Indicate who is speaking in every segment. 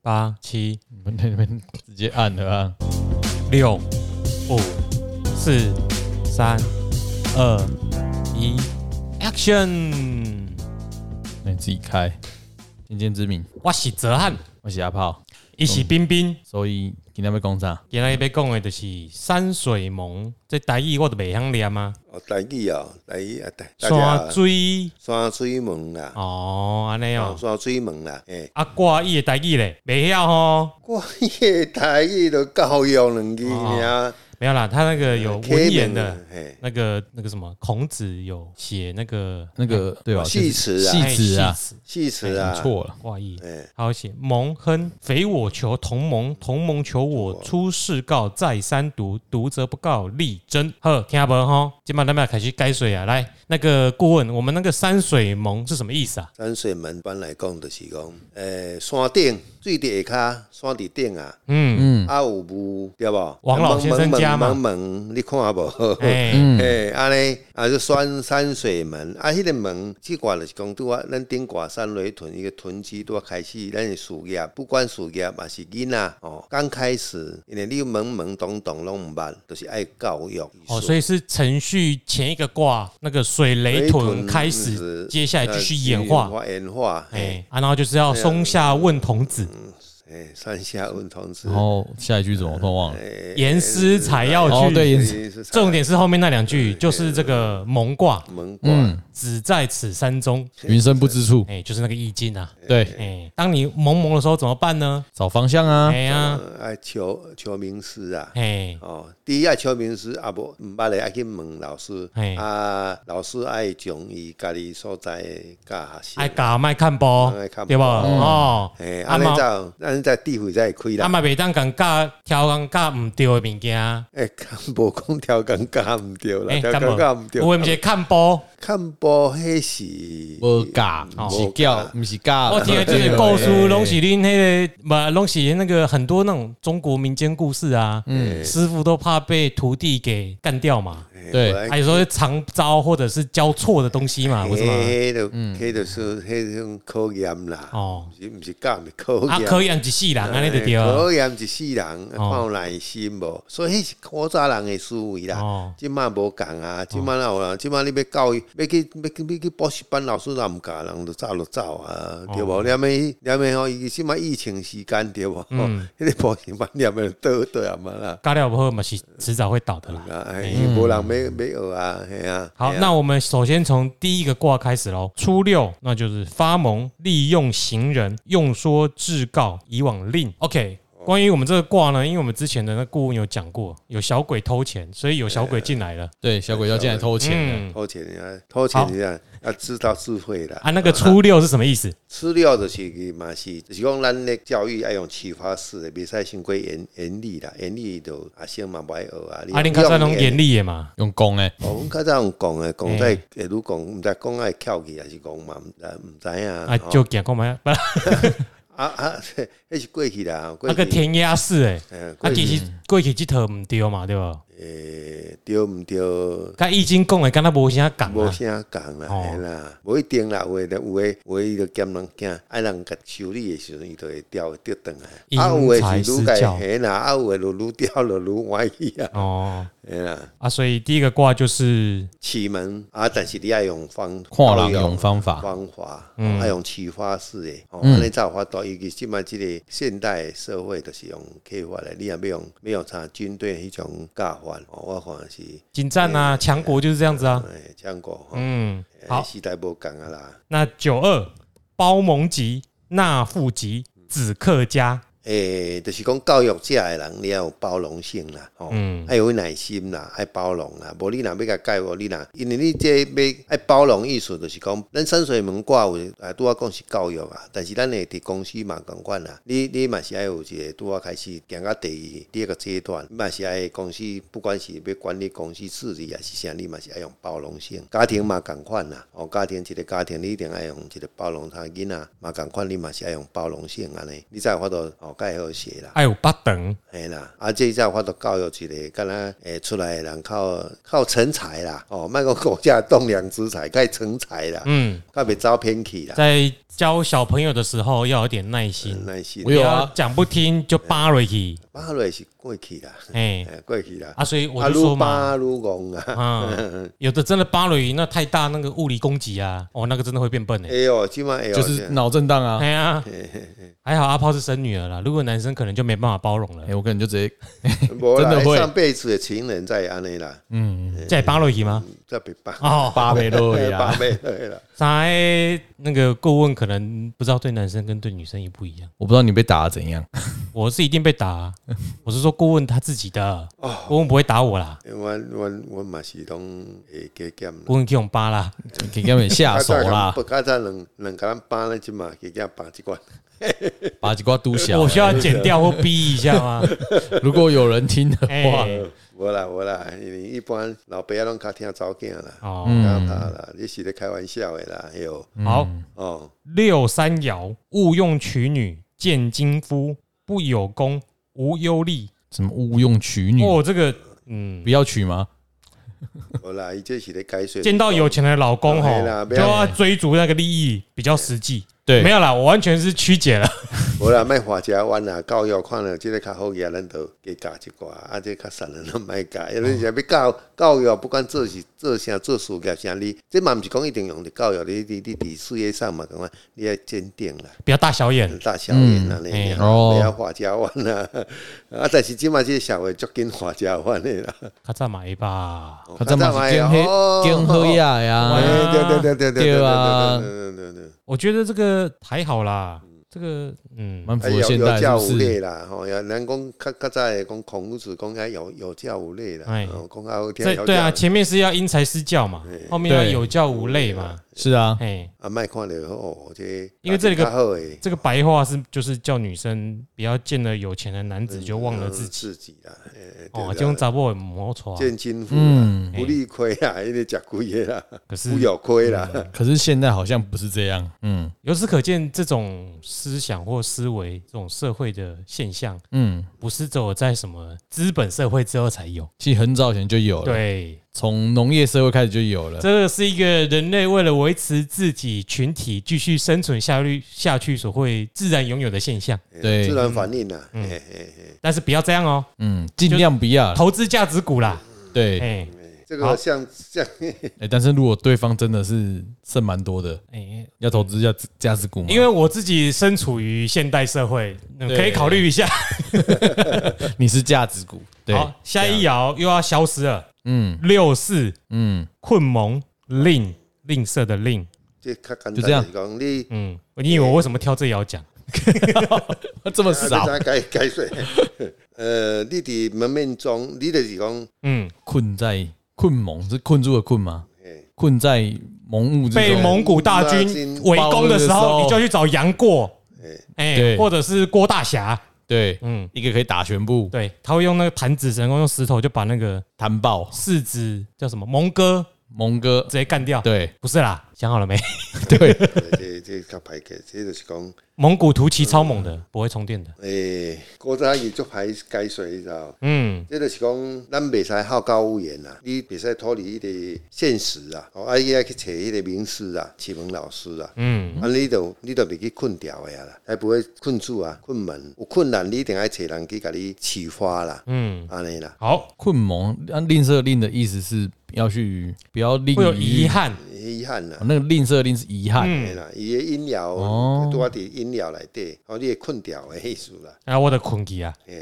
Speaker 1: 八七
Speaker 2: 你们在那边直接按了啊！
Speaker 1: 六五四三二一，Action！
Speaker 2: 那你自己开。先见之明，
Speaker 1: 我是泽汉，
Speaker 2: 我是阿炮，
Speaker 1: 伊是冰冰。
Speaker 2: 所以今天要讲啥？
Speaker 1: 今仔日要讲的就是山水萌，这台语我都袂晓念啊。
Speaker 3: 哦，台语哦，台语啊，台大
Speaker 1: 山
Speaker 3: 家
Speaker 1: 水
Speaker 3: 山水门啦，
Speaker 1: 哦，安尼
Speaker 3: 哦
Speaker 1: 哦，。
Speaker 3: 山水门啦，诶，
Speaker 1: 啊，挂伊的台语咧，袂晓吼。
Speaker 3: 我 迄个台语都教育两句尔，
Speaker 1: 没有啦，他那
Speaker 3: 呃
Speaker 1: 个哦有文言的，
Speaker 3: 嘿，
Speaker 1: 那个那个什么，孔子有写那个
Speaker 2: 那个对吧？
Speaker 3: 戏词啊
Speaker 2: 戏子
Speaker 1: 哎
Speaker 2: 啊，
Speaker 1: 戏子
Speaker 3: 戏词
Speaker 2: 讲
Speaker 3: 啊，
Speaker 2: 错了。
Speaker 1: 挂意，
Speaker 3: 诶，
Speaker 1: 还有写蒙亨，非我求同盟，同盟求我，出事告，再三读，读则不告，力争。呵，听不吼？今晚咱们要开始改水啊！来，那个顾问，我们那个山水盟是什么意思啊？
Speaker 3: 山水门一般来讲就是讲，诶，山顶水伫下骹，山伫顶啊，
Speaker 1: 嗯，
Speaker 3: 啊有雾对无？
Speaker 1: 王老先生家嘛
Speaker 3: 蒙蒙蒙蒙你看无？
Speaker 1: 哎、
Speaker 3: 诶，安尼啊，就山山水门啊，迄、个门，即挂就是讲拄啊，咱顶挂山雷屯伊个屯基拄啊开始，咱的事业，不管事业也是囡仔哦，刚开始，因为你懵懵懂懂拢毋捌，就是爱教育。
Speaker 1: 哦，所以是程序前一个卦那个水雷屯开始，接下来继续演化，
Speaker 3: 呃演化，
Speaker 1: 哎、
Speaker 3: 诶、
Speaker 1: 啊，然后就是要松下问童子，
Speaker 3: 诶，山下问童子
Speaker 2: 然，
Speaker 1: 哦
Speaker 2: 后下一句怎么我都忘了。
Speaker 1: 严师才要
Speaker 2: 哦，
Speaker 1: 去。
Speaker 2: 对，也是
Speaker 3: 这是
Speaker 1: 重点是后面那两句，就是这个蒙卦，
Speaker 3: 门挂，
Speaker 1: 只在此山中，
Speaker 2: 云深不知处。
Speaker 1: 哎、就是那个意境啊。
Speaker 2: 对，
Speaker 1: 哎，当你蒙蒙的时候怎么办呢？
Speaker 2: 找方向啊
Speaker 1: 哎。呀，
Speaker 3: 呃爱求求名师啊，
Speaker 1: 哎，
Speaker 3: 哦，第一爱求名师啊，无毋捌诶，爱去问老师
Speaker 1: 嘿，
Speaker 3: 啊，老师爱将伊家己所在的教学生，
Speaker 1: 爱搞卖看波
Speaker 3: 爱看，波
Speaker 1: 对不？哦
Speaker 3: 嘿，，
Speaker 1: 啊
Speaker 3: 安尼
Speaker 1: 嘛
Speaker 3: 才安尼才智慧才会开
Speaker 1: 啊
Speaker 3: 啦。
Speaker 1: 嘛袂当讲教挑讲教唔对的物件，
Speaker 3: 诶，哎看无讲调讲教毋对啦，
Speaker 1: 哎，
Speaker 3: 调
Speaker 1: 敢
Speaker 3: 讲教毋
Speaker 1: 无？我唔
Speaker 3: 对。
Speaker 1: 是看波，
Speaker 3: 看波迄是
Speaker 2: 无嘎，不是叫，不是
Speaker 3: 啊
Speaker 2: 嘎。
Speaker 1: 哦我听的这个故事拢是恁那个，嘛拢是那个很多那种中国民间故事啊，
Speaker 3: 嗯
Speaker 1: 师傅都怕被徒弟给干掉嘛，啊
Speaker 2: 对
Speaker 3: 哎
Speaker 1: 还有说藏招或者是教错的东西嘛，不是吗？
Speaker 3: 迄就迄就是迄种考验啦。
Speaker 1: 嗯哦，
Speaker 3: 是毋是教，是考
Speaker 1: 啊，
Speaker 3: 验。
Speaker 1: 可以按一世人
Speaker 3: 哎
Speaker 1: 安尼就对哦了。
Speaker 3: 考验一世人，看有耐心无，所以迄是古早人的思
Speaker 1: 哦
Speaker 3: 维啦。即摆无共啊，即摆哪有人？即摆你要教育，要去要去要去补习班，老师也毋教，人就早就走啊，
Speaker 1: 哦
Speaker 3: 对无？连咩连咩吼，伊即摆疫情时间对无？
Speaker 1: 嗯
Speaker 3: 迄个补习班连咩倒倒啊嘛啦，
Speaker 1: 加料不好嘛是迟早会倒的啦。
Speaker 3: 啊，哎无人要要学啊，嘿啊。
Speaker 1: 嗯好，
Speaker 3: 嘿啊
Speaker 1: 那我们首先从第一个卦开始喽。初六，那就是发蒙，利用行人，用说至告，以往令。OK，关于我们这个卦呢，因为我们之前的那顾问有讲过，有小鬼偷钱，所以有小鬼进来了。
Speaker 2: 对，小鬼要进来偷钱。
Speaker 1: 嗯，
Speaker 3: 偷钱啊，偷钱啊，要知道智慧啦。
Speaker 1: 啊，那个初六是什么意思？
Speaker 3: 吃了就是个嘛是，就是讲咱的教育爱用启发式的，袂使先过严严厉啦，严厉就阿先嘛不爱学啊。
Speaker 1: 啊，恁较早拢严厉的嘛。
Speaker 2: 用功哎，
Speaker 3: 哦，阮较早用讲的，讲在会愈讲，毋知讲爱翘起还是讲嘛，毋知毋知影。
Speaker 1: 啊，
Speaker 3: 哦
Speaker 1: 就讲干嘛？不
Speaker 3: 啊啊，迄是过去啦，过
Speaker 1: 啊那个
Speaker 3: 去。
Speaker 1: 填鸭式诶，
Speaker 3: 嗯，
Speaker 1: 啊，
Speaker 3: 过
Speaker 1: 其
Speaker 3: 去
Speaker 1: 实过去这套唔对嘛，对吧？
Speaker 3: 诶，对毋对？
Speaker 1: 甲易经讲的敢若无啥讲
Speaker 3: 无
Speaker 1: 啊。
Speaker 3: 啥讲啦，
Speaker 1: 哦
Speaker 3: 嘿啦，无一定啦，有诶，有诶，有诶，伊就兼人惊，啊，人甲修理诶时阵，伊就会调调转来。啊，有
Speaker 1: 因材
Speaker 3: 诶是
Speaker 1: 施
Speaker 3: 愈改
Speaker 1: 教
Speaker 3: 嘿啦，啊，有诶就愈调就愈歪去啊。
Speaker 1: 哦，
Speaker 3: 哎呀，
Speaker 1: 啊，所以第一个卦就是
Speaker 3: 启蒙啊，但是你要用方，啊
Speaker 2: 看人用方法
Speaker 3: 方法，嗯，要用启发式的，哦，安尼才有法度。尤其即摆即个现代社会，就是用启发的，你也要用，要用啥军队迄种教法，哦，我看是，
Speaker 1: 紧战啊，强国就是这样子啊。
Speaker 3: 哎，讲过，吼
Speaker 1: 嗯，
Speaker 3: 哎
Speaker 1: 好，
Speaker 3: 时代无共啊啦，
Speaker 1: 那九二包蒙吉、纳富吉、子客家，
Speaker 3: 诶，就是讲教育者的人，你要有包容性啦，哦，爱有耐心啦，爱包容啦，无你若要甲改无，你若因为你这要爱包容意思，就是讲咱山水门挂有啊，拄啊讲是教育啊，但是咱会伫公司嘛共款啦，你你嘛是爱有一个拄啊开始行到第二第二个阶段，你嘛是爱公司不管是要管理公司治理啊是啥，你嘛是爱用包容性，家庭嘛共款啦，哦，家庭一个家庭你一定爱用一个包容他囡仔嘛共款，你嘛是爱用包容性安尼，你才有法度哦介好势啦。
Speaker 1: 爱有八等，
Speaker 3: 嘿啦，啊，这才有法度教育一个，敢若诶出来的人靠靠成才啦，哦，卖讲国家栋梁之才，该成才啦，
Speaker 1: 嗯，
Speaker 3: 该别走偏去啦，嗯
Speaker 1: 在教小朋友的时候要有点耐心，
Speaker 3: 耐心
Speaker 1: 不
Speaker 2: 我，有
Speaker 1: 要
Speaker 2: 啊
Speaker 1: 讲不听就扒瑞去，
Speaker 3: 巴落是过去啦，
Speaker 1: 哎
Speaker 3: 哎，过去啦，
Speaker 1: 啊，所以我
Speaker 3: 啊，
Speaker 1: 就
Speaker 3: 愈
Speaker 1: 说嘛，
Speaker 3: 巴愈戆啊，
Speaker 1: 啊，有的真的扒瑞那太大那个物理攻击啊，哦，那个真的会变笨哎
Speaker 3: 哎。呦，即满哎呦，
Speaker 2: 就是脑震荡啊。
Speaker 1: 哎呀，还好阿炮是生女儿啦，如果男生可能就没办法包容了
Speaker 2: 哎，。我可能就直接
Speaker 3: 无
Speaker 2: 真
Speaker 3: 啦
Speaker 2: 的，会
Speaker 3: 上辈子的情人在安尼啦，
Speaker 1: 这也扒瑞去吗？
Speaker 3: 再别巴，
Speaker 1: 哦，
Speaker 2: 八倍落
Speaker 3: 巴
Speaker 2: 呀。
Speaker 3: 妹啦，
Speaker 1: 啥？哎那个顾问可能不知道对男生跟对女生也不一样。
Speaker 2: 我不知道你被打得怎样，
Speaker 1: 我是一定被打啊、我是说顾问他自己的，顾问不会打我啦，
Speaker 3: 我我我嘛是拢会加减啦。
Speaker 1: 顾问给我们扒啦。
Speaker 2: 给他们 下手啦，
Speaker 3: 不加在两两个人扒了即嘛，给人扒一罐。
Speaker 2: 把几瓜嘟小
Speaker 1: 我。需要剪掉或逼一下吗？
Speaker 2: 如果有人听的
Speaker 1: 哎、
Speaker 2: 话，
Speaker 3: 无啦无啦，因为一般老爸拢较听早囝啦，
Speaker 1: 哦，嗯
Speaker 3: 较怕啦，你是咧开玩笑的啦，哎呦，
Speaker 1: 好，
Speaker 3: 哦，
Speaker 1: 六三爻，勿用娶女，见金夫，不有功，无忧虑。
Speaker 2: 什么勿用娶女，
Speaker 1: 哦，这个，嗯，
Speaker 2: 不要娶吗？
Speaker 3: 无啦，伊这是咧解说。
Speaker 1: 见到有钱的老公
Speaker 3: 哎啦
Speaker 1: 吼，
Speaker 3: 不
Speaker 1: 就
Speaker 3: 要
Speaker 1: 要追逐那个利益，比较实际。
Speaker 2: 对
Speaker 1: 没有啦，我完全是曲解了。
Speaker 3: 无啦，卖花家湾啦，教育看了，即个较好个，咱都加教一寡，啊，这较善人咱莫教，因为是要教教育，不管做是做啥做事业啥，你这嘛毋是讲一定用伫教育，你你你伫事业上嘛，讲啊，你要坚定啦。
Speaker 1: 不要大小眼，
Speaker 3: 大小眼啊，那样
Speaker 2: 嗯哦
Speaker 3: 不要画家湾啊，啊！但是即马即个社会足紧画家湾的啦，
Speaker 1: 他再买吧。
Speaker 2: 他这么是跟黑跟黑呀
Speaker 3: 哦哎
Speaker 2: 呀，
Speaker 3: 对对对对对对
Speaker 2: 对啊
Speaker 3: 对对对
Speaker 1: 我觉得这个还好啦，这个嗯，
Speaker 2: 蛮符合
Speaker 3: 对，
Speaker 2: 现
Speaker 3: 哎有
Speaker 2: 代
Speaker 3: 教
Speaker 2: 是
Speaker 3: 无
Speaker 2: 不是？
Speaker 3: 类啦，吼，有人讲较较早的讲孔子讲该有有教无类啦，
Speaker 1: 哎
Speaker 3: 哦讲较好听
Speaker 1: 这
Speaker 3: 有
Speaker 1: 对啊，
Speaker 3: 教，
Speaker 1: 前面是要因材施教嘛，
Speaker 3: 哎
Speaker 1: 后面要有教无类嘛，
Speaker 2: 是啊，
Speaker 1: 哎，
Speaker 3: 啊，卖看着哦，这
Speaker 1: 因为这里个
Speaker 3: 较好诶，
Speaker 1: 这个白话是就是叫女生不要见了有钱的男子就忘了自己
Speaker 3: 自己啦，哎
Speaker 1: 哦，
Speaker 3: 嗯对
Speaker 1: 就用
Speaker 3: 啦
Speaker 1: 杂货磨出来。
Speaker 3: 见金夫啦，
Speaker 2: 嗯，
Speaker 3: 不理亏 啦，一直吃亏的啦，
Speaker 1: 可是嗯
Speaker 3: 不有亏啦，
Speaker 2: 可是现在好像不是这样，嗯
Speaker 1: 由此可见，这种思想或思维，这种社会的现象，
Speaker 2: 嗯，
Speaker 1: 不是只有在什么资本社会之后才有。
Speaker 2: 其实很早以前就有了，
Speaker 1: 对，
Speaker 2: 从农业社会开始就有了，
Speaker 1: 这个是一个人类为了维持自己群体继续生存下去下去所会自然拥有的现象。
Speaker 2: 对
Speaker 3: 哎自然反应啦，
Speaker 1: 嗯
Speaker 3: 哎哎哎。
Speaker 1: 但是不要这样哦，
Speaker 2: 嗯，尽量不要，
Speaker 1: 投资价值股啦，
Speaker 2: 对，
Speaker 1: 哎
Speaker 3: 这
Speaker 1: 好
Speaker 3: 个像像
Speaker 2: 哎，但是如果对方真的是剩蛮多的，
Speaker 1: 哎，
Speaker 2: 要投资一下价值股吗？
Speaker 1: 因为我自己身处于现代社会，嗯
Speaker 2: 对
Speaker 1: 可以考虑一下。
Speaker 2: 你是价值股，对，
Speaker 1: 好，下一爻又要消失了，
Speaker 2: 嗯
Speaker 1: 六四
Speaker 2: 嗯，
Speaker 1: 困蒙吝吝啬的吝，
Speaker 3: 这较简单，
Speaker 2: 就这样
Speaker 3: 是讲你
Speaker 1: 嗯，你以为我为什么挑这爻讲？
Speaker 2: 这么
Speaker 3: 啊
Speaker 2: 少
Speaker 3: 这，解解释？ 呃，你伫门面中，你就是讲，
Speaker 1: 嗯，
Speaker 2: 困在困蒙是困住的困吗？
Speaker 3: 嘿
Speaker 2: 困在蒙雾之
Speaker 1: 被
Speaker 2: 中，
Speaker 1: 蒙古大军围攻的时候，你就要去找杨过，哎，
Speaker 2: 对
Speaker 1: 或者是郭大侠，
Speaker 2: 对，
Speaker 1: 嗯，
Speaker 2: 一个可以打全部，
Speaker 1: 对，他会用那个弹指神功，用石头就把那个
Speaker 2: 弹爆
Speaker 1: 四指叫什么蒙哥
Speaker 2: 蒙哥
Speaker 1: 直，接干掉。
Speaker 2: 对
Speaker 1: 不是啦，想好了没？
Speaker 2: 对，
Speaker 3: 呃这这较歹解，这就是讲，
Speaker 1: 蒙古突骑超猛的，不会充电的。
Speaker 3: 诶，古早伊足歹解释，你知道？
Speaker 1: 嗯，
Speaker 3: 这就是讲，咱袂使好高骛远啊，你袂使脱离迄个现实啊，哦，啊，伊要去找迄个名师啊，启蒙老师啊，
Speaker 1: 嗯，
Speaker 3: 啊，你就你就袂去困掉的啊啦，才不会困住啊，困门有困难，你一定爱找人去甲你启发啦，
Speaker 1: 嗯，
Speaker 3: 安尼啦。
Speaker 1: 好，
Speaker 2: 困蒙，啊吝啬吝的意思是要去不要吝
Speaker 1: 会有
Speaker 2: 于
Speaker 1: 遗，憾。嗯
Speaker 3: 遗憾啦
Speaker 2: 哦，那个吝啬吝是遗憾，
Speaker 3: 嘿啦，伊的音疗
Speaker 2: 哦
Speaker 3: 拄啊伫音疗内底，哦，你会困掉的意思啦。
Speaker 1: 然后我的困机啊，
Speaker 3: 嘿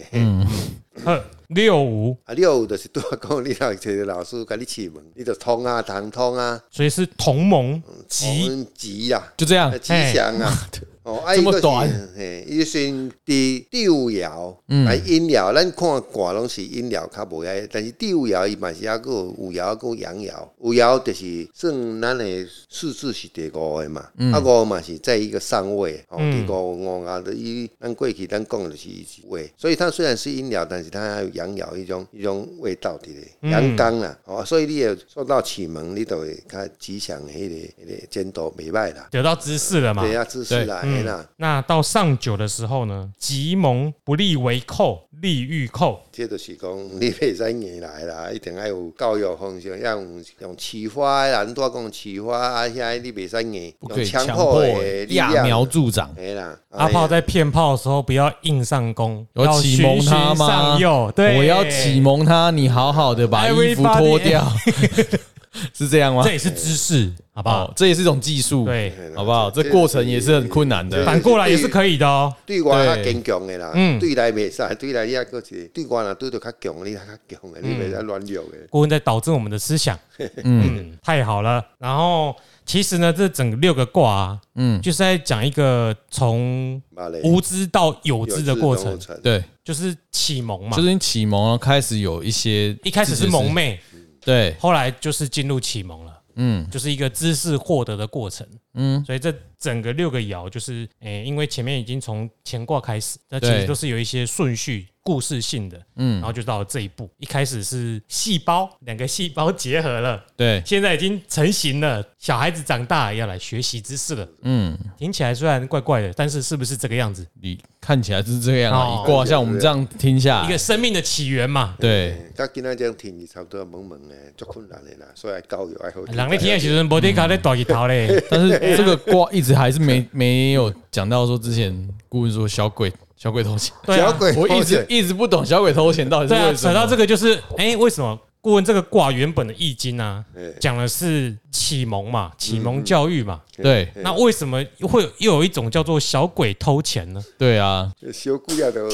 Speaker 1: 呵六五，
Speaker 3: 啊，六有就是拄啊讲，你若有一个老师甲你启蒙，你就通啊，通通啊，
Speaker 1: 所以是同盟
Speaker 3: 哦我
Speaker 1: 及
Speaker 3: 们急啦，
Speaker 2: 就这样
Speaker 3: 啊，吉祥啊。 哦，啊，
Speaker 2: 哎这么
Speaker 3: 伊就是
Speaker 2: 短，嗯
Speaker 3: 嘿，伊先伫第五爻，啊，阴爻，咱看卦拢是阴爻较无爱，但是第五爻伊嘛是抑个有五爻个阳爻，五爻就是算咱的数字是第五的嘛，
Speaker 2: 嗯
Speaker 3: 啊五嘛是在一个上位，哦，第五五啊，就伊咱过去咱讲的就是伊是位，所以它虽然是阴爻，但是它还有阳爻一种一种味道伫
Speaker 2: 嗯
Speaker 3: 咧，阳刚啦，哦，所以你也受到启蒙，你就会较吉祥迄个迄个前途袂歹啦。
Speaker 1: 得到知识了嘛
Speaker 3: 对？啊，知识啦，
Speaker 1: 嗯
Speaker 3: 嘿啦，
Speaker 1: 那到上九的时候呢，吉蒙不利为寇，利欲寇。
Speaker 3: 这就是讲你袂使硬来啦， 一定要有教育方向，要用用启发的，咱拄仔讲启发啊，遐你袂使硬
Speaker 2: 不可
Speaker 3: 用
Speaker 2: 以强
Speaker 3: 强
Speaker 2: 迫
Speaker 3: 迫的力
Speaker 2: 揠苗
Speaker 3: 量。
Speaker 2: 助长。
Speaker 3: 嘿啦，
Speaker 1: 阿炮在骗炮的时候，不要硬上弓，
Speaker 2: 我
Speaker 1: 要
Speaker 2: 启蒙
Speaker 1: 循
Speaker 2: 他
Speaker 1: 循
Speaker 2: 吗
Speaker 1: 上右，？对，
Speaker 2: 我要启。蒙他，你好好的把衣服
Speaker 1: Everybody-
Speaker 2: 脱 掉，是这样吗
Speaker 1: 这？也是知识，好不
Speaker 2: 哦
Speaker 1: 好？，
Speaker 2: 这也是一种技术，
Speaker 1: 对，
Speaker 2: 好不好？这过程也是很困难的。
Speaker 1: 反过来也是可以的哦。
Speaker 3: 对外较
Speaker 2: 对
Speaker 3: 坚强的啦，
Speaker 1: 嗯
Speaker 3: 对内袂使，对内你还佫是对外若对着较强，你较强的，你袂使乱用的。
Speaker 1: 顾问在导致我们的思想。嗯，太好了。然后其实呢，这整个六个卦啊，嗯，就是在讲一个从
Speaker 3: 嘛嘞，
Speaker 1: 无知到有
Speaker 3: 有
Speaker 1: 知的过程，
Speaker 3: 程，
Speaker 2: 对，
Speaker 1: 就是启蒙嘛。
Speaker 2: 就是你启蒙了，开始有一些
Speaker 1: 一开始是蒙昧，
Speaker 2: 对，
Speaker 1: 后来就是进入启蒙了。嗯，就是一个知识获得的过程。嗯，所以这整个六个爻就是，诶、因为前面已经从乾卦开始，那其实
Speaker 2: 对
Speaker 1: 都是有一些顺序、故事性的。嗯，然后就到了这一步，一开始是细胞，两个细胞结合了。
Speaker 2: 对，
Speaker 1: 现在已经成型了，小孩子长大要来学习知识了。
Speaker 2: 嗯，
Speaker 1: 听起来虽然怪怪的，但是是不是这个样子？
Speaker 2: 你看起来是这样啊，
Speaker 1: 哦
Speaker 2: 一挂像我们这样听下
Speaker 1: 一个
Speaker 2: 来，
Speaker 1: 生命的起源嘛。
Speaker 2: 对，
Speaker 3: 甲今仔这种天气差不多蒙蒙的，足困难的啦，所以要教育爱好。
Speaker 1: 人咧听的时阵，无得搞咧大一头咧。
Speaker 2: 但是这个卦一直还 是没没有讲到说之前顾问说小鬼小鬼 偷钱，
Speaker 1: 对
Speaker 3: 小
Speaker 1: 啊，
Speaker 3: 鬼
Speaker 2: 我一直
Speaker 3: 偷窃
Speaker 2: 一直不懂小鬼偷钱到底是
Speaker 1: 对啊，
Speaker 2: 为什
Speaker 1: 扯到
Speaker 2: 么。
Speaker 1: 这个就是，哎、为什么顾问这个卦原本的易经啊
Speaker 2: 哎
Speaker 3: 嗯，
Speaker 1: 讲的是启蒙嘛，启
Speaker 2: 嗯
Speaker 1: 蒙教育嘛。
Speaker 2: 对
Speaker 1: 那为什么会有又有一种叫做小鬼偷钱呢？
Speaker 2: 对啊，
Speaker 3: 小鬼啊，都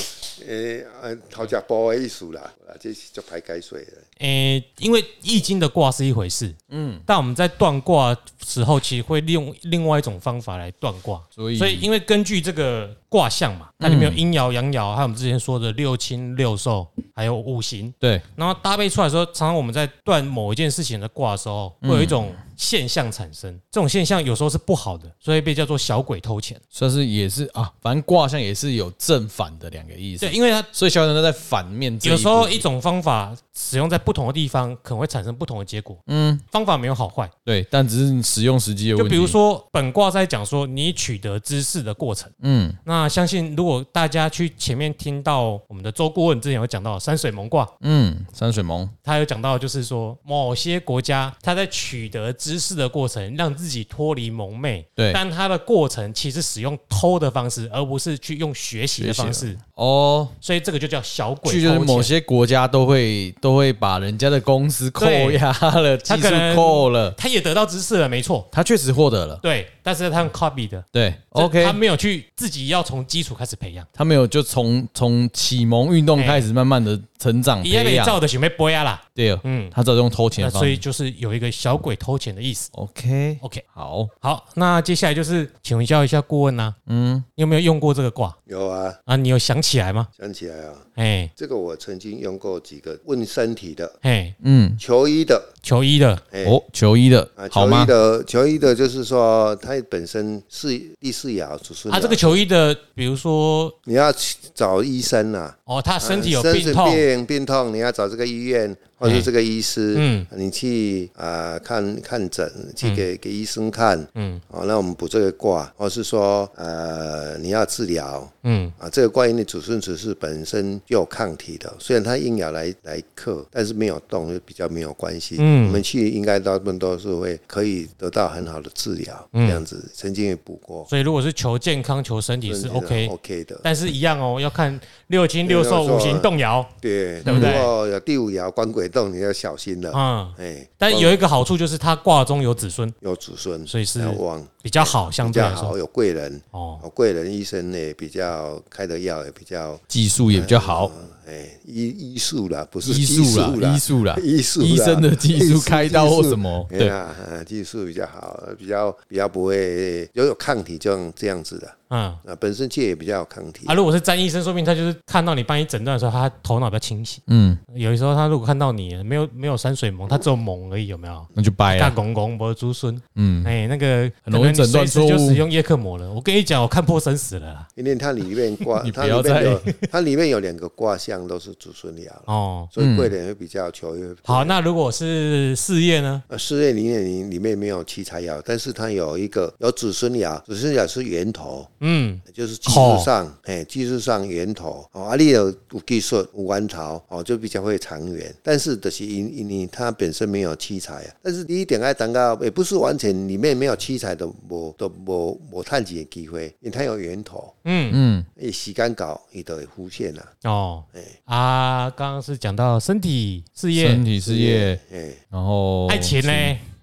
Speaker 3: 诶，啊头食包的意思啦，啊，这是足歹解水的。
Speaker 1: 诶、呃因为易经的卦是一回事，嗯，但我们在断卦时候，其实会利用另外一种方法来断卦。
Speaker 2: 所以嗯
Speaker 1: 所以因为根据这个卦象嘛，它里面有阴爻、阳爻，还有我们之前说的六亲六寿，还有五行，
Speaker 2: 对
Speaker 1: 然后搭配出来的时候，常常我们在断某一件事情的卦的时候，会有一种
Speaker 2: 嗯
Speaker 1: 现象产生。这种现象有时候是不好的，所以被叫做小鬼偷钱。
Speaker 2: 算是也是啊，反正卦象也是有正反的两个意思
Speaker 1: 对，，因为它
Speaker 2: 所以小人都在反面这一
Speaker 1: 有
Speaker 2: 步。
Speaker 1: 时候一种方法使用在不同的地方，可能会产生不同的结果。嗯，方法没有好坏。
Speaker 2: 对，但只是使用时机的
Speaker 1: 就
Speaker 2: 问题。
Speaker 1: 比如，说，本卦在讲说你取得知识的过程。
Speaker 2: 嗯，
Speaker 1: 那相信如果大家去前面听到我们的周顾问之前有讲到山水蒙卦，
Speaker 2: 嗯，山水萌，
Speaker 1: 他有讲到就是说某些国家他在取得知识的过程，让自己脱离蒙昧。
Speaker 2: 对
Speaker 1: 但他的过程其实使用偷的方式，而不是去用学习的方式，
Speaker 2: 哦，
Speaker 1: 所以这个就叫小鬼
Speaker 2: 据就是
Speaker 1: 偷
Speaker 2: 某
Speaker 1: 钱。
Speaker 2: 些国家都会都会把人家的公司扣
Speaker 1: 对
Speaker 2: 押了，技
Speaker 1: 他
Speaker 2: 术
Speaker 1: 可能
Speaker 2: 扣了，
Speaker 1: 他也得到知识了，没错，
Speaker 2: 他确实获得了。
Speaker 1: 对，但是他用 copy 的
Speaker 2: 对
Speaker 1: 他
Speaker 2: ，OK，
Speaker 1: 没有去自己要从基础开始培养。
Speaker 2: 他没有就从从启蒙运动开
Speaker 1: 哎
Speaker 2: 始，慢慢的成长
Speaker 1: 一样
Speaker 2: 培
Speaker 1: 没
Speaker 2: 养。
Speaker 1: 照的想要播呀啦，
Speaker 2: 对，
Speaker 1: 嗯
Speaker 2: 嗯，他只用偷钱
Speaker 1: 那
Speaker 2: 的方
Speaker 1: 所以
Speaker 2: 式。
Speaker 1: 就是有一个小鬼偷钱的意思。
Speaker 2: OK，
Speaker 1: OK，
Speaker 2: 好，
Speaker 1: 好，那接下来就是请问教一下顾问呐、嗯，你有没有用过这个卦
Speaker 3: 有啊，
Speaker 1: 啊？你有想起来吗？
Speaker 3: 想起来啊，
Speaker 1: 哎
Speaker 3: 这个我曾经用过几个问身体的、
Speaker 1: 哎，
Speaker 2: 嗯，
Speaker 3: 求医的，
Speaker 1: 求医的，
Speaker 3: 哎、
Speaker 2: 哦，求医的
Speaker 3: 啊，
Speaker 2: 好
Speaker 3: 求医
Speaker 2: 吗？
Speaker 3: 的，求医的，就是说他本身是第四爻子孙
Speaker 1: 啊，
Speaker 3: 爻
Speaker 1: 这个求医的，比如说
Speaker 3: 你要去找医生呐、啊。
Speaker 1: 哦，他身体有
Speaker 3: 身
Speaker 1: 病
Speaker 3: 体
Speaker 1: 痛，
Speaker 3: 病病痛，你要找这个医院或者是这个医师，
Speaker 1: 嗯
Speaker 3: 嗯，你去啊、呃看看诊，去给、给医生看，
Speaker 1: 嗯
Speaker 3: 嗯，哦，那我们补这个卦，或是说呃你要治疗
Speaker 1: 嗯，
Speaker 3: 啊，这个卦因为子孙子是本身就有抗体的，虽然它硬要来来克，但是没有动就比较没有关系，
Speaker 1: 嗯
Speaker 3: 嗯，我们去应该大部分都是会可以得到很好的治疗，
Speaker 1: 嗯
Speaker 3: 这样子曾经也补过，
Speaker 1: 所以如果是求健康、求身体是 OK，
Speaker 3: OK 的，哦
Speaker 1: 但是一样哦，要看六亲六寿、
Speaker 3: 六啊兽
Speaker 1: 五行动摇，
Speaker 3: 对，
Speaker 1: 对不对
Speaker 3: 如果有第五爻官鬼动，你要小心了。
Speaker 1: 嗯。
Speaker 3: 哎，
Speaker 1: 但有一个好处就是他卦中有子孙，
Speaker 3: 有子孙，
Speaker 1: 所以是
Speaker 3: 要旺，
Speaker 1: 比较好，相
Speaker 3: 比
Speaker 1: 对
Speaker 3: 较
Speaker 1: 来
Speaker 3: 好，
Speaker 1: 说
Speaker 3: 有贵人，
Speaker 1: 哦，
Speaker 3: 有贵人医生也比较开的药也比较，
Speaker 2: 技术也比较好，
Speaker 3: 哎，医医术啦，不是
Speaker 2: 医术啦，医术啦，
Speaker 3: 医术啦，
Speaker 2: 医生的技术开刀或什么，
Speaker 3: 对
Speaker 2: 对，
Speaker 3: 啊，啊技术比较好，比较比较不会有有抗体，就这样子的。
Speaker 1: 嗯，
Speaker 3: 啊，本身界也比较有抗体
Speaker 1: 啊，，如果是詹医生，说明他就是看到你帮你诊断的时候，他头脑比较清醒。
Speaker 2: 嗯，
Speaker 1: 有时候他如果看到你没有没有山水蒙，他只有蒙而已，有没有？
Speaker 2: 那就掰
Speaker 1: 大
Speaker 2: 了，
Speaker 1: 公公不朱孙，
Speaker 2: 哎嗯，
Speaker 1: 哎，那个
Speaker 2: 很容易诊断
Speaker 1: 出
Speaker 2: 错误
Speaker 1: 就使用叶克膜了。我跟你讲，我看破生死了啦。
Speaker 3: 因为它里面 卦，
Speaker 2: 你不
Speaker 3: 它里
Speaker 2: 要
Speaker 3: 面
Speaker 2: 再
Speaker 3: 有它里面有两个卦项都是子孙爻了，
Speaker 2: 嗯
Speaker 1: 哦，
Speaker 3: 所以贵人会比较求运。
Speaker 1: 好，那如果是事业呢？
Speaker 3: 呃，事业里面里里面没有七财爻，但是它有一个有子孙爻，子孙爻是源头，
Speaker 1: 嗯，
Speaker 3: 就是技术上，哎，技术上源头哦，啊，你有有技术有弯头哦，就比较会长远。但是就是因因你它本身没有七彩啊，但是你一定要等到也不是完全里面没有七彩的，无都无无探钱的机会，因为它有源头，
Speaker 2: 嗯，
Speaker 3: 诶，时间搞伊都会浮现啦、
Speaker 1: 哦
Speaker 3: 哎，
Speaker 1: 啊，刚刚是讲到身体、事业
Speaker 2: 身、体事业，
Speaker 3: 诶，
Speaker 2: 然后
Speaker 1: 爱情呢？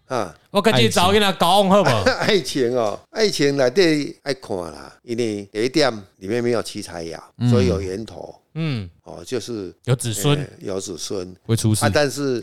Speaker 3: 啊，
Speaker 1: 我赶紧找给他搞好不好？
Speaker 3: 爱情哦，爱情内底爱看啦，因为第一点里面没有七彩呀，所以有源头
Speaker 1: 嗯，
Speaker 3: 哦，就是
Speaker 1: 有子孙
Speaker 3: 诶有子孙。
Speaker 2: 会出事
Speaker 3: 啊，，但是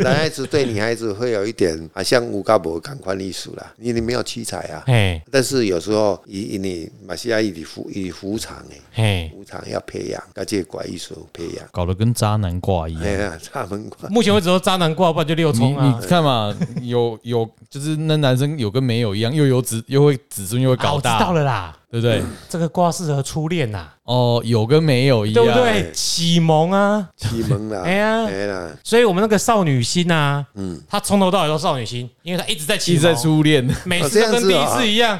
Speaker 3: 男孩子对女孩子会有一点啊，像吴高博感官艺术啦，因为你没有七彩啊。
Speaker 2: 哎
Speaker 1: 嘿，
Speaker 3: 但是有时候以以你马西亚以你服以服场诶，
Speaker 1: 嘿。
Speaker 3: 服场要培养，要这个管艺术培养。
Speaker 2: 搞得跟渣男挂一
Speaker 3: 哎
Speaker 2: 样。
Speaker 3: 呀，差门关
Speaker 1: 目前为止都渣男挂，不然就六
Speaker 2: 你
Speaker 1: 冲啊
Speaker 2: 你。看嘛，有有就是那男生有跟没有一样，又有子又会子孙又会
Speaker 1: 啊我
Speaker 2: 搞
Speaker 1: 知道
Speaker 2: 大，
Speaker 1: 了啦，
Speaker 2: 对不对？
Speaker 1: 这个卦适合初恋呐，
Speaker 2: 哦，有跟没有一
Speaker 1: 对
Speaker 2: 样，
Speaker 1: 不对？启蒙啊，
Speaker 3: 启蒙啦，
Speaker 1: 哎呀
Speaker 3: 哎啦，
Speaker 1: 所以我们那个少女心啊，
Speaker 3: 嗯，
Speaker 1: 她从头到尾都少女心，因为她一直在启
Speaker 2: 一
Speaker 1: 蒙
Speaker 2: 直在初恋，
Speaker 1: 每次都跟第一次一样。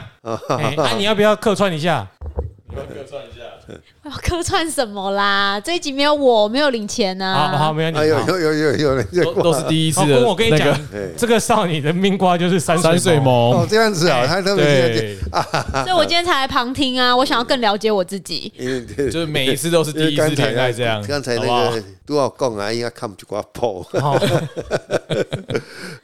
Speaker 1: 哎，那你要不要客串一下？
Speaker 4: 我要客串什么啦？这一集没有我，没有领钱啊呐、
Speaker 1: 啊好好，没问题
Speaker 3: 哎。呦，
Speaker 1: 好
Speaker 3: 有有有有人在
Speaker 2: 都都是第一次
Speaker 1: 好，
Speaker 2: 的。
Speaker 1: 哦跟我跟你
Speaker 2: 那个
Speaker 1: 讲，
Speaker 3: 哎，
Speaker 1: 这个少女的命卦就是山
Speaker 2: 山水
Speaker 1: 水谋。
Speaker 2: 萌
Speaker 3: 哦，，这样子啊，他特别这样
Speaker 2: 对，
Speaker 4: 所以我今天才来旁听啊，我想要更了解我自己。
Speaker 3: 因为对
Speaker 2: 就是每一次都是第一次恋爱这样。
Speaker 3: 刚才那
Speaker 2: 好不好
Speaker 3: 个都要讲啊，应该看不出我破，
Speaker 1: 好，哦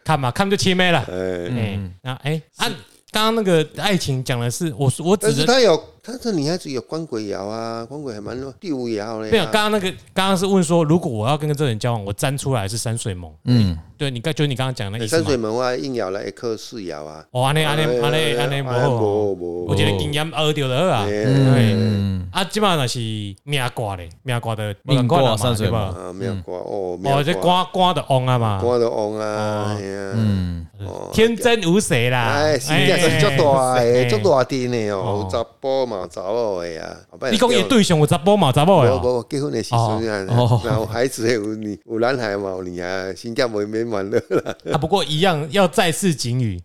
Speaker 1: 看嘛，看就切妹了。
Speaker 3: 哎，
Speaker 1: 哎，那哎啊，刚刚那个爱情讲的是我我
Speaker 3: 但
Speaker 1: 指
Speaker 3: 是
Speaker 1: 的，
Speaker 3: 他有，他这女孩子有关鬼爻啊，关鬼还蛮多，第五爻嘞、啊。
Speaker 1: 没有，刚刚那个刚刚是问说，如果我要跟这个人交往，我粘出来是山水萌。
Speaker 2: 嗯，
Speaker 1: 对你刚就你刚刚讲的那
Speaker 3: 欸
Speaker 1: 意思
Speaker 3: 山
Speaker 1: 嘛
Speaker 3: 水。门外硬咬来克四爻啊。哎
Speaker 1: 哦，安尼安尼安尼安尼无好哦，
Speaker 3: 无哎无
Speaker 1: 我觉得经验学着了啊。
Speaker 2: 嗯，
Speaker 1: 啊，即摆若是命卦咧，命卦的命
Speaker 2: 命
Speaker 1: 卦
Speaker 2: 卦山水
Speaker 1: 吧？
Speaker 3: 啊，没有刮哦，没
Speaker 1: 哦，
Speaker 3: 有
Speaker 1: 这卦卦的旺啊嘛，
Speaker 3: 刮的翁啊，哎呀，嗯，
Speaker 1: 天真无邪啦。
Speaker 3: 哎，是也是足大
Speaker 1: 啊哎
Speaker 3: 诶，足大滴呢哦
Speaker 1: 哦，
Speaker 3: 有查甫嘛，有查某诶啊，后摆
Speaker 1: 你讲伊
Speaker 3: 有
Speaker 1: 对象有查甫嘛，有查某的
Speaker 3: 无
Speaker 1: 哦。
Speaker 3: 无结婚的时阵啊，
Speaker 2: 哦
Speaker 3: 然后孩子的有你有男孩嘛，有女孩，新加坡没玩乐啦，
Speaker 1: 啊，不过一样要再次警语：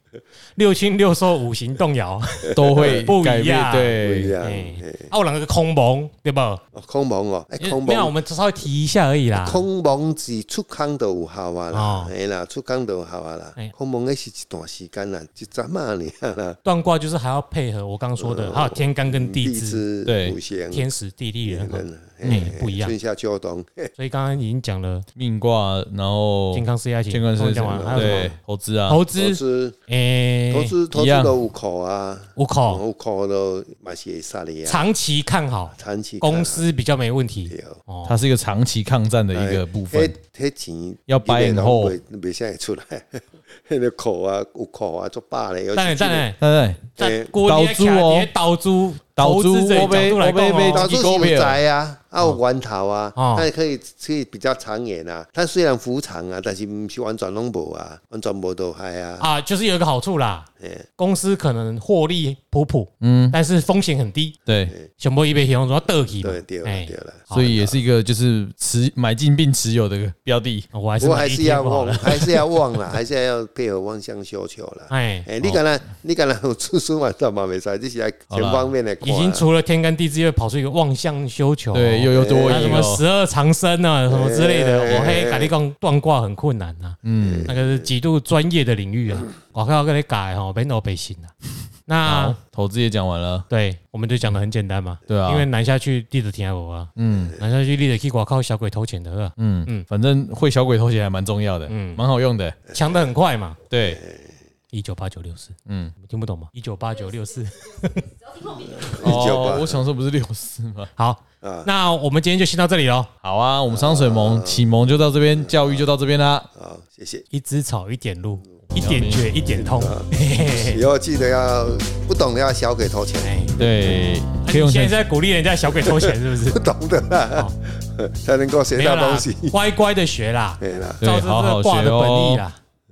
Speaker 1: 六亲六寿，五行动摇。
Speaker 2: 都会
Speaker 1: 不一
Speaker 2: 改变，
Speaker 1: 样
Speaker 3: 不一
Speaker 2: 对，
Speaker 3: 样。
Speaker 1: 哎
Speaker 3: 嘿
Speaker 1: 啊，有两个空蒙对不？
Speaker 3: 哦空蒙哦，哎，空
Speaker 1: 没有，我
Speaker 3: 蒙。
Speaker 1: 们稍微提一下而已啦。
Speaker 3: 空蒙是出空都有效啊啦
Speaker 1: 哦，
Speaker 3: 哎啦，出空都有效啊啦
Speaker 1: 哎。
Speaker 3: 空蒙那是一段时间啦，一阵啊尔啦。
Speaker 1: 断卦就是还要配合我刚刚说的，还有天干跟地支、
Speaker 3: 支
Speaker 2: 对
Speaker 3: 五行
Speaker 1: 天时地利人和，
Speaker 3: 人
Speaker 1: 哎不一样
Speaker 3: 春夏秋冬，
Speaker 1: 所以刚刚已经讲了
Speaker 2: 命卦，然后
Speaker 1: 健康事业爱情，
Speaker 2: 健康
Speaker 1: 刚刚
Speaker 2: 是
Speaker 1: 讲完，还有什
Speaker 2: 哦对
Speaker 1: 么
Speaker 2: 投资啊，
Speaker 1: 投
Speaker 3: 投
Speaker 1: 资？
Speaker 3: 资
Speaker 1: 诶，
Speaker 3: 投资投
Speaker 2: 一
Speaker 3: 资
Speaker 2: 样
Speaker 3: 都有靠啊，
Speaker 1: 五口
Speaker 3: 有靠都嘛是会杀你啊，
Speaker 1: 长期看好
Speaker 3: 长期看啊
Speaker 1: 公司比较没问题
Speaker 3: 对
Speaker 1: 哦。
Speaker 2: 它是一个长期抗战的
Speaker 3: 哎
Speaker 2: 一个部分，
Speaker 3: 迄迄钱
Speaker 2: 要 buy and hold
Speaker 3: 袂啥会出来， 迄个靠啊有靠啊做霸嘞，有
Speaker 1: 当然，当然，
Speaker 2: 对
Speaker 1: 但
Speaker 3: 哎
Speaker 1: 郭
Speaker 2: 岛
Speaker 1: 你
Speaker 2: 猪哦
Speaker 1: 也倒租，
Speaker 2: 岛
Speaker 1: 投资
Speaker 2: 猪
Speaker 1: 这个角
Speaker 2: 我被
Speaker 1: 度来
Speaker 2: 我被被
Speaker 1: 讲
Speaker 3: 到
Speaker 1: 哦，
Speaker 3: 处是有宅啊，啊有源头啊，
Speaker 1: 哦
Speaker 3: 它可以可以比较长远啊。它虽然浮长啊，但是毋是完全拢无啊，完全无都害啊。
Speaker 1: 啊，就是有一个好处啦
Speaker 3: 哎，
Speaker 1: 公司可能获利普普，
Speaker 2: 嗯，
Speaker 1: 但是风险很低，
Speaker 2: 对，
Speaker 3: 哎
Speaker 1: 熊猫一被形容说得体嘛
Speaker 3: 对，对
Speaker 1: 哎
Speaker 3: 对了，
Speaker 1: 好
Speaker 2: 所以也是一个就是持买进并持有的标的，
Speaker 1: 我还
Speaker 3: 不
Speaker 1: 是
Speaker 3: 过还
Speaker 1: 买 ETF
Speaker 3: 是要
Speaker 1: 好
Speaker 3: 望，
Speaker 1: 了，
Speaker 3: 还是要望啦，还是要配合望向需求啦。
Speaker 1: 哎，
Speaker 3: 哎、你敢若你敢若有出书嘛？都嘛袂使，这是要全方面的看啊
Speaker 1: 已经除了天干地支，又跑出一个望向修求，
Speaker 2: 对，又又多
Speaker 1: 还有哦哎什
Speaker 2: 赢
Speaker 1: 么
Speaker 2: 哦，
Speaker 1: 十二长生啊，什么之类的，
Speaker 3: 哎
Speaker 1: 我嘿，跟你讲断卦很困难啊，嗯，那个是极度专业的领域
Speaker 3: 嗯
Speaker 1: 啊，我靠，跟你改吼，别脑北行 啊。那
Speaker 2: 好，投资也讲完了，
Speaker 1: 对，我们就讲的很简单嘛，
Speaker 2: 对啊
Speaker 1: 因为南下去地址听我啊，
Speaker 2: 嗯
Speaker 1: 南下去地址去挂靠小鬼偷钱的啊，
Speaker 2: 嗯，反正会小鬼偷钱还蛮重要的，嗯，蛮好用的，
Speaker 1: 强的很快嘛，
Speaker 2: 对，
Speaker 1: 一九八九六四，
Speaker 2: 嗯，
Speaker 1: 你听不懂吗？一九八九六四，
Speaker 2: 哦
Speaker 3: 1988，
Speaker 2: 我想说不是六四吗？
Speaker 1: 好，
Speaker 3: 啊
Speaker 1: 那我们今天就先到这里喽。
Speaker 2: 好啊，我们商水盟启蒙就到这边，教育就到这边啦，
Speaker 3: 好，谢谢。
Speaker 1: 一枝草，一点露，
Speaker 3: 嗯
Speaker 1: 一点绝，一点通。嘿嘿嘿
Speaker 3: 以后记得要不懂的要小鬼投钱，
Speaker 1: 哎，
Speaker 2: 对，
Speaker 1: 啊
Speaker 2: 嗯可以用
Speaker 1: 你现在
Speaker 2: 成
Speaker 1: 在鼓励人家小鬼偷钱是不是
Speaker 3: 不？懂的啦， 才能够学
Speaker 1: 哦没
Speaker 3: 到
Speaker 1: 有啦
Speaker 3: 东西。，
Speaker 1: 乖乖的学啦，
Speaker 3: 对啦，
Speaker 1: 照着
Speaker 2: 对好
Speaker 1: 这
Speaker 2: 好
Speaker 1: 个卦
Speaker 2: 学
Speaker 1: 的本意
Speaker 2: 哦
Speaker 1: 啦。